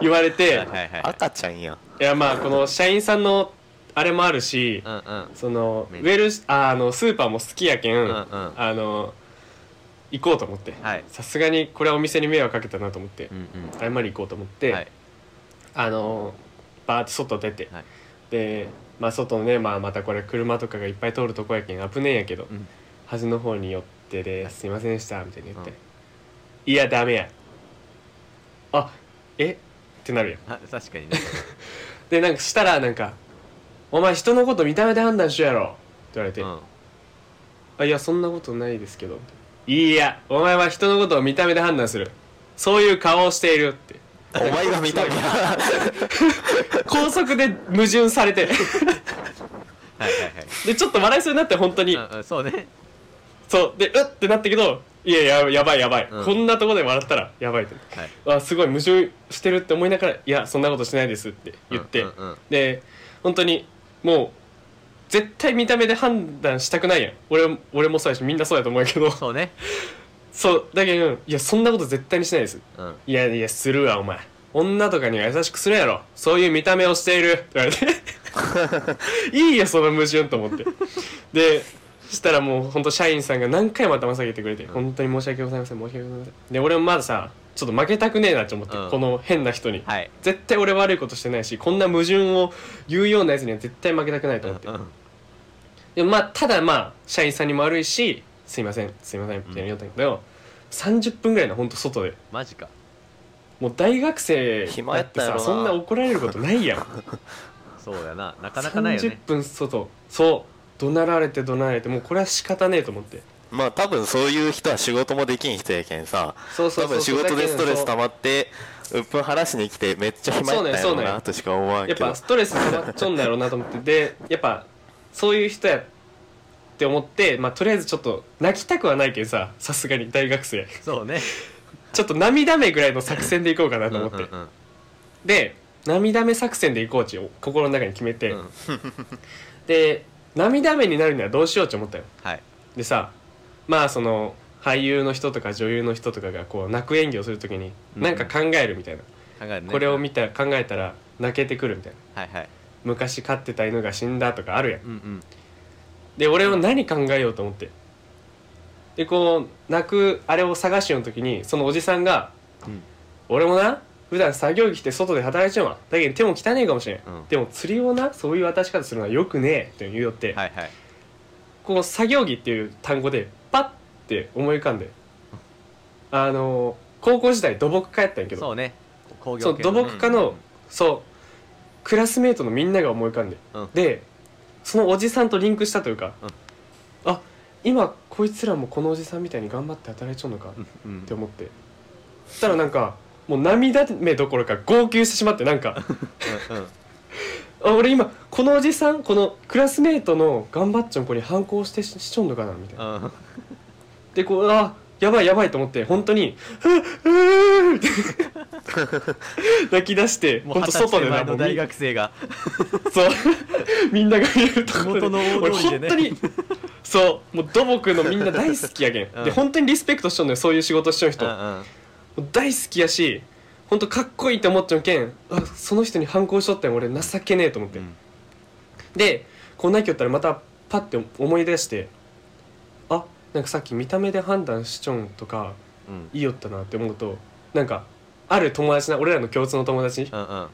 S4: 言われて、
S2: [LAUGHS] いはいはい
S5: 赤ちゃんやん
S4: いやまあこの社員さんのあれもあるし、
S2: うんうん
S4: そのウ
S2: め
S4: ェルシああのスーパーも好きやけん、
S2: うんうん
S4: あの行こうと思って
S2: はい
S4: さすがにこれはお店に迷惑かけたなと思って
S2: うんうん
S4: 謝り行こうと思って、
S2: はい
S4: あのバーって外出て、
S2: はい
S4: で、まあ、外のね、まあ、またこれ車とかがいっぱい通るとこやけん危ねえんやけど、
S2: うん
S4: 端の方に寄ってで「すいませんでした」みたいに言って「
S2: うん
S4: いやダメや」あえってなるやん
S2: あ確かにね
S4: でなんかしたらなんか「お前人のこと見た目で判断しろやろ」って言われて「
S2: うん
S4: あいやそんなことないですけど」いやお前は人のことを見た目で判断するそういう顔をしている」
S2: [LAUGHS]
S4: って
S5: お前が見た [LAUGHS] 目や
S4: 高速で矛盾されて
S2: はいはいはい
S4: でちょっと笑いそうになって本当に、
S2: うんうんそうね
S4: そうでうっってなったけどいやややばいやばい、
S2: うん
S4: こんなとこで笑ったらやばいって、あすごい矛盾してるって思いながら「いやそんなことしないです」って言って、
S2: うんうんうん
S4: で本当にもう絶対見た目で判断したくないやん俺俺もそうやしみんなそうやと思うけど
S2: [LAUGHS] そうね
S4: そうだけどいやそんなこと絶対にしないです
S2: うん
S4: いやいやするわお前女とかには優しくするやろそういう見た目をしている [LAUGHS] って言われていいよその矛盾と思ってでしたらもうほんと社員さんが何回も頭下げてくれて、本当に申し訳ございません申し訳ございませんで俺もまださちょっと負けたくねえなと思って、
S2: うん
S4: この変な人に、
S2: はい
S4: 絶対俺悪いことしてないしこんな矛盾を言うようなやつには絶対負けたくないと思って、
S2: うん
S4: でもまあただまあ社員さんにも悪いしすいませんすいませんみたいな言おったんやけど、30分ぐらいのほんと外で
S2: マジか
S4: もう大学生
S5: 暇や
S4: だ
S5: っ
S4: って
S5: たやろ
S4: さ
S5: な
S4: そんな怒られることないやん
S2: そうやななかなかないよ
S4: 30
S2: ね
S4: 分外そう怒鳴られて怒鳴られてもうこれは仕方ねえと思って
S5: まあ多分そういう人は仕事もできん人やけんさ
S4: そう
S5: 多分仕事でストレス溜まって鬱憤晴らしに来てめっちゃ暇やったんや
S4: そうねそうう
S5: ろ
S4: ね
S5: なとしか思わん
S4: や
S5: け
S4: っ
S5: ど
S4: ぱストレス溜まっちゃうんだろうなと思ってでやっぱそういう人やって思ってまあとりあえずちょっと泣きたくはないけどささすがに大学生
S2: そうね
S4: ちょっと涙目ぐらいの作戦でいこうかなと思って、
S2: うんうんうん
S4: で涙目作戦でいこうちを心の中に決めて、
S2: うん
S4: で涙目になるにはどうしようって思ったよ
S2: はい
S4: でさまあその俳優の人とか女優の人とかがこう泣く演技をするときに
S2: うん
S4: なんか考えるみたいな、
S2: 考えるね
S4: これを見た考えたら泣けてくるみたいな
S2: はいはい
S4: 昔飼ってた犬が死んだとかあるやん
S2: うんうん
S4: で俺は何考えようと思ってでこう泣くあれを探しようの時にそのおじさんが「
S2: うん
S4: 俺もな普段作業着着て外で働いちゃうわだけど手も汚ねえかもしれん、
S2: うん
S4: でも釣りをなそういう渡し方するのはよくねえ」って言うよって、
S2: はいはい
S4: こう作業着っていう単語でパッて思い浮かんであの高校時代土木科やったんやけど
S2: そうね工業
S4: そう
S2: 系
S4: 土
S2: の
S4: 木科の、
S2: うん
S4: そうクラスメートのみんなが思い浮かんで、
S2: うん
S4: でそのおじさんとリンクしたというか、あ今こいつらもこのおじさんみたいに頑張って働いちゃうのかっ
S2: うんうん
S4: て思ってそしたらなんかもう涙目どころか号泣してしまってなんか
S2: うんうん
S4: [LAUGHS] あ俺今このおじさんこのクラスメートの頑張っちょん子に反抗してししちょんのかなみたいな。
S2: うん
S4: でこうあやばいやばいと思って本当に「うっうーって
S2: [LAUGHS]
S4: 泣き出して
S2: もう
S4: 本
S2: 二
S4: 当
S2: 十歳
S4: 外
S2: 手
S4: で
S2: 前
S4: な
S2: の
S4: もう
S2: 大
S4: み
S2: 学生が
S4: そう [LAUGHS] みんなが見えるところ
S2: 地元の大
S4: 俺
S2: 通りで
S4: 本
S2: ね
S4: 当にそうもう土木のみんな大好きやけん、
S2: うん
S4: で本当にリスペクトしとんのよそういう仕事しとん人、
S2: うんうん
S4: もう大好きやし本当かっこいいって思っちゃうけんあその人に反抗しとったん俺情けねえと思って、
S2: うん
S4: でこんなきよったらまたパッて思い出してあなんかさっき見た目で判断しちょんとか
S2: うん
S4: いいよったなって思うとなんかある友達な俺らの共通の友達
S2: うんうん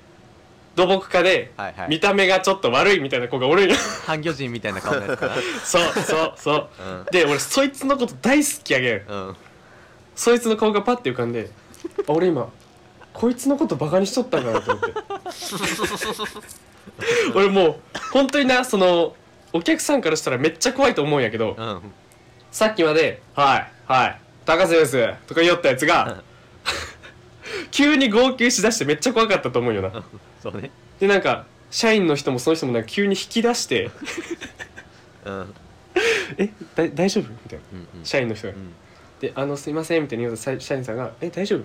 S4: 土木家で
S2: はいは
S4: 見
S2: い
S4: た目がちょっと悪いみたいな子がおるんよ
S2: 半魚人みたいな顔のやつ
S4: [LAUGHS]
S2: か
S4: そうそうそう
S2: なうん
S4: で俺そいつのこと大好きやけん
S2: うん
S4: そいつの顔がパッて浮かんであ俺今こいつのことバカにしとったんかなと [LAUGHS] 思って俺もう本当になそのお客さんからしたらめっちゃ怖いと思うんやけど
S2: うん
S4: さっきまで「はいはい高瀬です」とか言おったやつが [LAUGHS] 急に号泣しだしてめっちゃ怖かったと思うよな
S2: そうね
S4: でなんか社員の人もその人もなんか急に引き出して
S2: うんうん
S4: 「えだ大丈夫?」みたいな
S2: うん
S4: 社員の人が
S2: うん
S4: で「あのすいません」みたいに言うとさ社員さんが「え大丈夫?」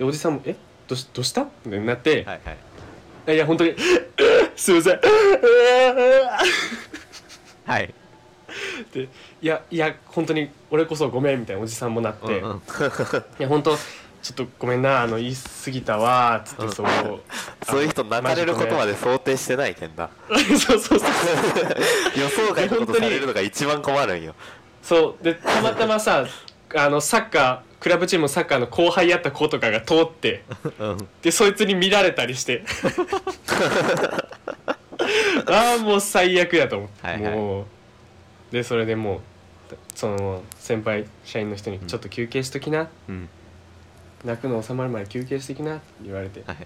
S4: でおじさんも「えどうしどうした?」みたいになって、
S2: はいはい
S4: い、や本当に [LAUGHS] 「すいません」 [LAUGHS]
S2: はい
S4: って「いやいや本当に俺こそごめん」みたいなおじさんもなって「
S2: うんうん
S4: いや本当ちょっとごめんなあの言い過ぎたわ」つってそう、
S5: そういう人泣かれることまで想定してないけんな
S4: [LAUGHS] そうそうそう
S5: 予想外のことされるのが一番困るんよ
S4: そうでたまたまさあのサッカークラブチームのサッカーの後輩やった子とかが通って
S2: うん
S4: でそいつに見られたりして
S2: [LAUGHS]
S4: ああもう最悪やと思って、
S2: はいはい
S4: もうでそれでもうその先輩社員の人に「ちょっと休憩しときな」
S2: うん
S4: 泣くの収まるまで休憩してきな」って言われて、
S2: はい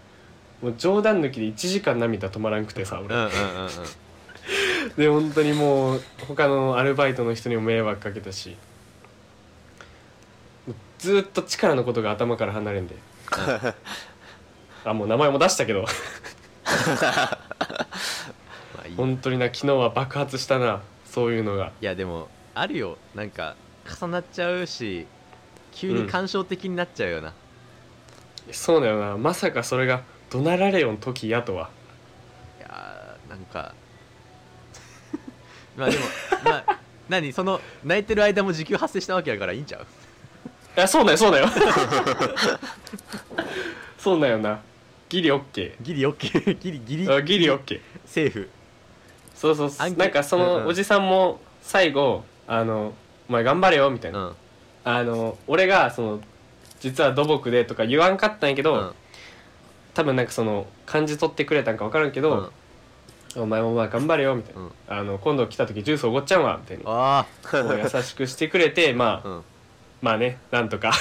S4: もう冗談抜きで1時間涙止まらんくてさ
S2: う
S4: 俺
S2: んうんうんうん
S4: で本当にもう他のアルバイトの人にも迷惑かけたしもうずーっと力のことが頭から
S2: [LAUGHS]
S4: 離れんであもう名前も出したけど
S2: まあいい
S4: 本当にな昨日は爆発したなそういうのが
S2: いやでもあるよなんか重なっちゃうし急に感傷的になっちゃうよな、
S4: そうだよなまさかそれが怒鳴られよん時やとはい
S2: やーなん
S4: [LAUGHS]
S2: かまあでもまあ何その泣いてる間も時給発生したわけやからいいんちゃう
S4: いやそうだよ
S2: [LAUGHS]
S4: そうだよそうだよなギリオッケ
S2: ギリ OK [LAUGHS] ギリギリ
S4: ーあギリオッケー
S2: セーフ
S4: そうそうそ
S2: 暗
S4: う
S2: 記
S4: なんかそ
S2: うんうん
S4: のおじさんも最後「あのお前頑張れよ」みたいうな、
S2: ん
S4: あの俺がその実は土木でとか言わんかったんやけど、
S2: うん
S4: 多分なんかその感じ取ってくれたんか分からんけ
S2: う
S4: ど
S2: ん
S4: 「お前もまあ頑張れよ」みたいな、
S2: うん
S4: あの「今度来た時ジュースおごっちゃうわ」みたいな
S2: あ
S4: こう優しくしてくれてま
S2: あ
S4: あ
S2: うん
S4: まあねなん
S2: [LAUGHS]
S4: とか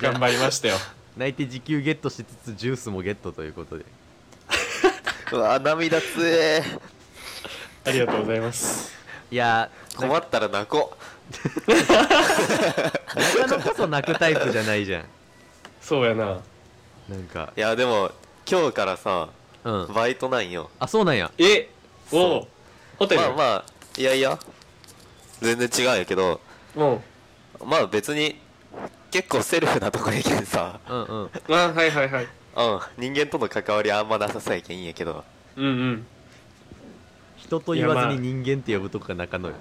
S4: 頑張りましたよ
S2: 泣いて時給ゲットしつつジュースもゲットということで
S5: うわ涙つえ
S4: ありがとうございます
S2: いや
S5: 困ったら泣こ
S2: ー中野こそ泣くタイプじゃないじゃん
S4: そうやな
S2: なんか
S5: いやでも今日からさ
S2: うん
S5: バイトなんよ
S2: あそうなんや
S4: えお
S5: そう
S4: ホテル、
S5: まあまあいやいや全然違うんやけど
S4: うん
S5: まあ別に結構セルフなとこやけんさ
S2: うんうん
S4: あはいはいはい
S5: うん人間との関わりあんまなさそうやけんいいんや
S4: [LAUGHS]
S5: けど
S4: うんうん
S2: 人と言わず
S4: いや
S2: に人間って呼ぶとこが中野よ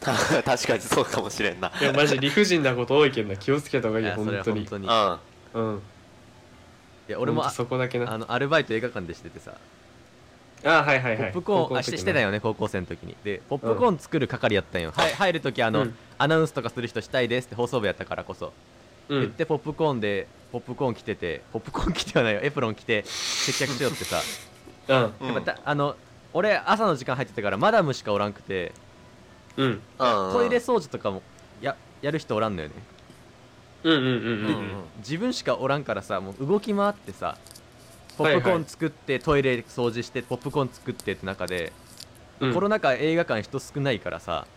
S5: た確かにそうかもしれんない
S4: やマジ理不尽なこと多いけんな気をつけた方がい
S2: い
S4: いよ
S2: やそれ
S4: 本
S2: は
S4: 当
S2: 本
S4: に
S2: 当にい
S5: うん
S4: うん
S2: や俺も
S4: ほん
S2: あ
S4: とそこだけな
S2: あのアルバイト映画館でしててさ
S4: あはいはい
S2: ポ
S4: はい
S2: ップコ
S4: 高校
S2: ーン
S4: の
S2: あ
S4: 時
S2: し
S4: な
S2: してたよね高校生の時にでポップコーン作る係やったんよ、はい、入る時あの、
S4: うん
S2: アナウンスとかする人したいですって放送部やったからこそ、
S4: う
S2: 言っ
S4: ん
S2: てポップコーンでポップコーン着ててポップコーン着てはないよエプロン着て接客しようってさ
S4: うん
S5: う
S2: や
S5: ん
S2: っぱたあの俺朝の時間入ってたからマダムしかおらんくて
S4: うん
S5: うん
S2: トイレ掃除とかもややる人おらんのよね
S4: うんうんうん
S5: うん
S4: う
S5: うんん
S2: 自分しかおらんからさもう動き回ってさポップコーン作って、トイレ掃除してポップコーン作ってって中で、
S4: うん
S2: コロナ禍映画館人少ないからさ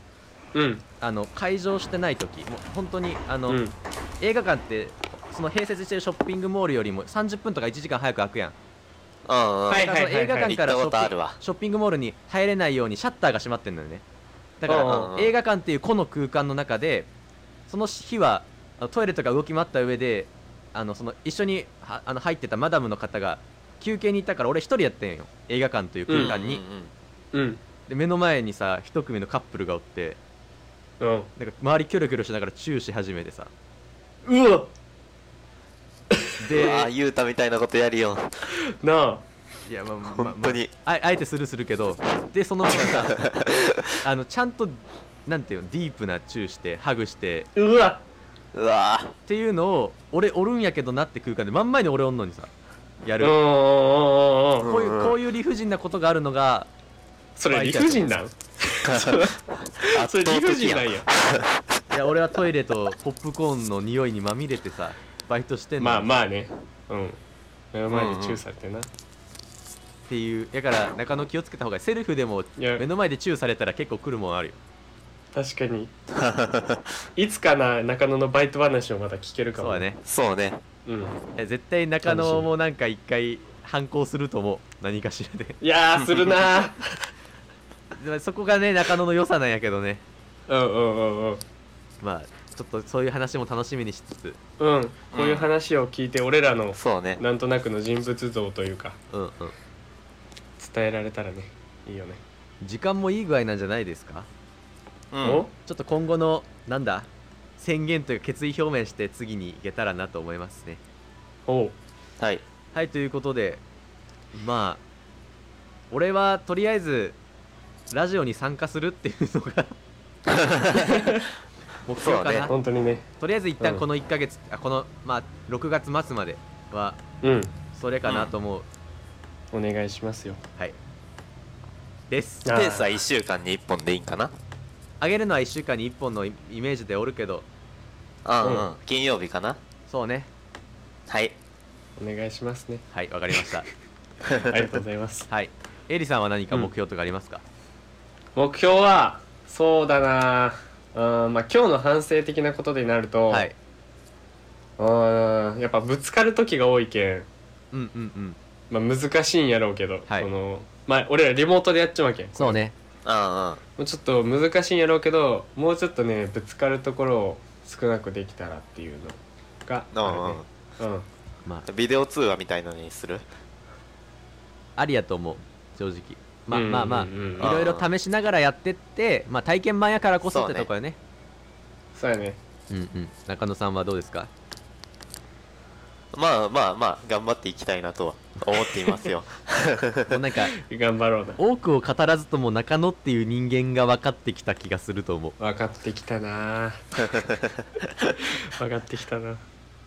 S4: うん
S2: あの会場してない時もう本当にあの、
S4: うん
S2: 映画館ってその併設してるショッピングモールよりも30分とか1時間早く開くやん、
S5: うんうん
S4: はい
S2: だからその映画館からショ
S5: 行ったこと
S2: ッ
S5: あ
S2: ピ
S5: るわ
S2: ショッピングモールに入れないようにシャッターが閉まってんのよねだから、
S4: うん
S5: うんうん
S2: 映画館っていう個の空間の中でその日はあのトイレとか動き回った上であのその一緒にはあの入ってたマダムの方が休憩にいたから俺一人やったんよ映画館という空間に、
S5: うん
S4: う
S5: うん
S4: ん
S2: で目の前にさ一組のカップルがおって
S4: うん
S2: なんか周りキョロキョロしながらチューし始めてさ
S4: うわ
S5: う
S2: で
S5: んああゆうたみたいなことやるよ
S4: なあ
S2: いやまあまあまあ
S5: 本当に
S2: ああえてするするけどでその分さ
S4: [LAUGHS]
S2: あのちゃんとなんていうのディープなチューしてハグして
S4: うわ
S5: うわー
S2: っていうのを俺おるんやけどなって空間で真ん前に俺おんのにさや
S4: うんう
S2: る、
S4: んうんうん
S5: ん
S2: こういうこういう理不尽なことがあるのが
S4: それ理不尽
S2: [LAUGHS]
S4: なんそれ理不尽なんや
S2: いや俺はトイレとポップコーンの匂いにまみれてさバイトしてんの
S4: まあまあねうん目の前にチューされてな
S2: っていうだから中野気をつけた方がいいセルフでも
S4: いや
S2: 目の前でチューされたら結構来るもんあるよ
S4: 確かにいつかな中野のバイト話をまた聞けるか
S2: そ
S4: も
S2: うだね
S5: そうね
S4: うん、
S2: え絶対中野もなんか一回反抗すると思う何かしらで
S4: いやーす
S2: [LAUGHS]
S4: るなー
S2: でもそこがね中野の良さなんやけどね
S4: うんうんうんうん
S2: まあちょっとそういう話も楽しみにしつつ
S4: うんこういう話を聞いて俺らの
S5: そうね
S4: なんとなくの人物像というか
S2: うんうん
S4: 伝えられたらねいいよね、
S2: 時間もいい具合なんじゃないですか
S5: うん
S4: お
S2: ちょっと今後のなんだ宣言というか決意表明して次に行けたらなと思いますね
S4: おう
S5: はい
S2: はいということでまあ俺はとりあえずラジオに参加するっていうの
S5: [LAUGHS]
S2: が目標か
S5: そう
S2: な、
S5: ね
S4: 本当にね
S2: とりあえず一
S4: う
S2: 旦
S4: ん
S2: この1ヶ月、あこのまあ6月末までは
S4: うん
S2: それかなと思う、
S4: お願いしますよ
S2: はいです
S4: あ
S5: ペースは1週間に1本でいいんかな
S2: あげるのは1週間に1本のイイメージでおるけど
S5: あ
S4: う
S5: うんん、うん、金曜日かな
S2: そうね
S5: はい
S4: お願いしますね
S2: はいわかりま
S4: [LAUGHS]
S2: した
S4: ありがとうございます
S2: はいエリさんは何か目標とかありますか、
S4: 目標はそうだなうんまあ今日の反省的なことになると、
S2: はい
S4: うんやっぱぶつかる時が多いけん、
S2: うんうんうん
S4: まあ、難しいんやろうけど、
S2: はい
S4: そのまあ俺らリモートでやっちまうけん
S2: そうね
S5: あ
S4: もうちょっと難しいんやろうけどもうちょっとねぶつかるところを少なくできたらっていうのが
S5: うんうん
S4: あ
S5: うん
S4: るね
S2: ま
S5: うんビデオ通話みたいのにする
S2: あありやと思う正直まあ
S4: うん
S2: まあま
S4: うんうんうん
S2: あいろいろ試しながらやってってまあ体験版やからこそっ
S5: そう
S2: て
S5: ね
S2: とこよね
S4: そうやね
S2: うんうん中野さんはどう
S4: [LAUGHS]
S2: ですか
S5: まあまあまあ頑張っていきたいなとは思っています [LAUGHS] よ
S2: もうなんか
S4: 頑張ろうな
S2: 多くを語らずとも中野っていう人間が分かってきた気がすると思う
S4: 分かってき
S2: [LAUGHS]
S4: たな分かってきたな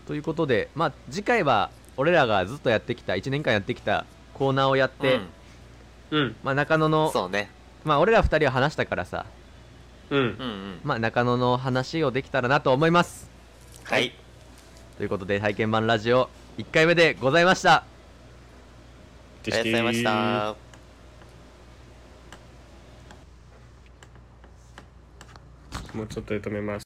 S2: ということでまあ次回は俺らがずっとやってきた1年間やってきたコーナーをやって、
S4: うん
S2: まあ中野
S5: うん、
S2: の
S5: そうね
S2: まあ俺ら2人は話したからさ
S4: うん
S5: うんうん
S2: まあ中野の話をできたらなと思います
S5: はい
S2: ということで体験版ラジオ1回目でございました
S5: ありがとうございました
S4: もうちょっとで止めます